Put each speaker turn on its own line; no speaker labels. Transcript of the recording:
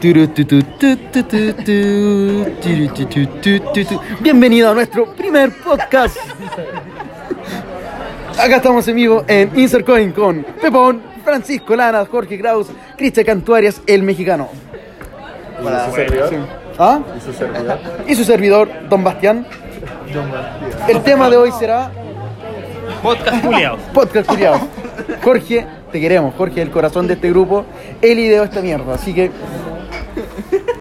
Turu, tu, tu, tu, tu, tu, tu, turu, tu, tu, tu, tu, tu. Bienvenido a nuestro primer podcast. Acá estamos en vivo en Insert Coin con Pepón, Francisco Lana, Jorge Kraus, Cristian Cantuarias, el mexicano.
¿Y su servidor?
¿Ah?
¿Y su servidor?
Y su servidor, Don Bastián. El tema de hoy será
Podcast Juliados.
podcast culiados. Jorge, te queremos. Jorge es el corazón de este grupo. Él ideó esta mierda. Así que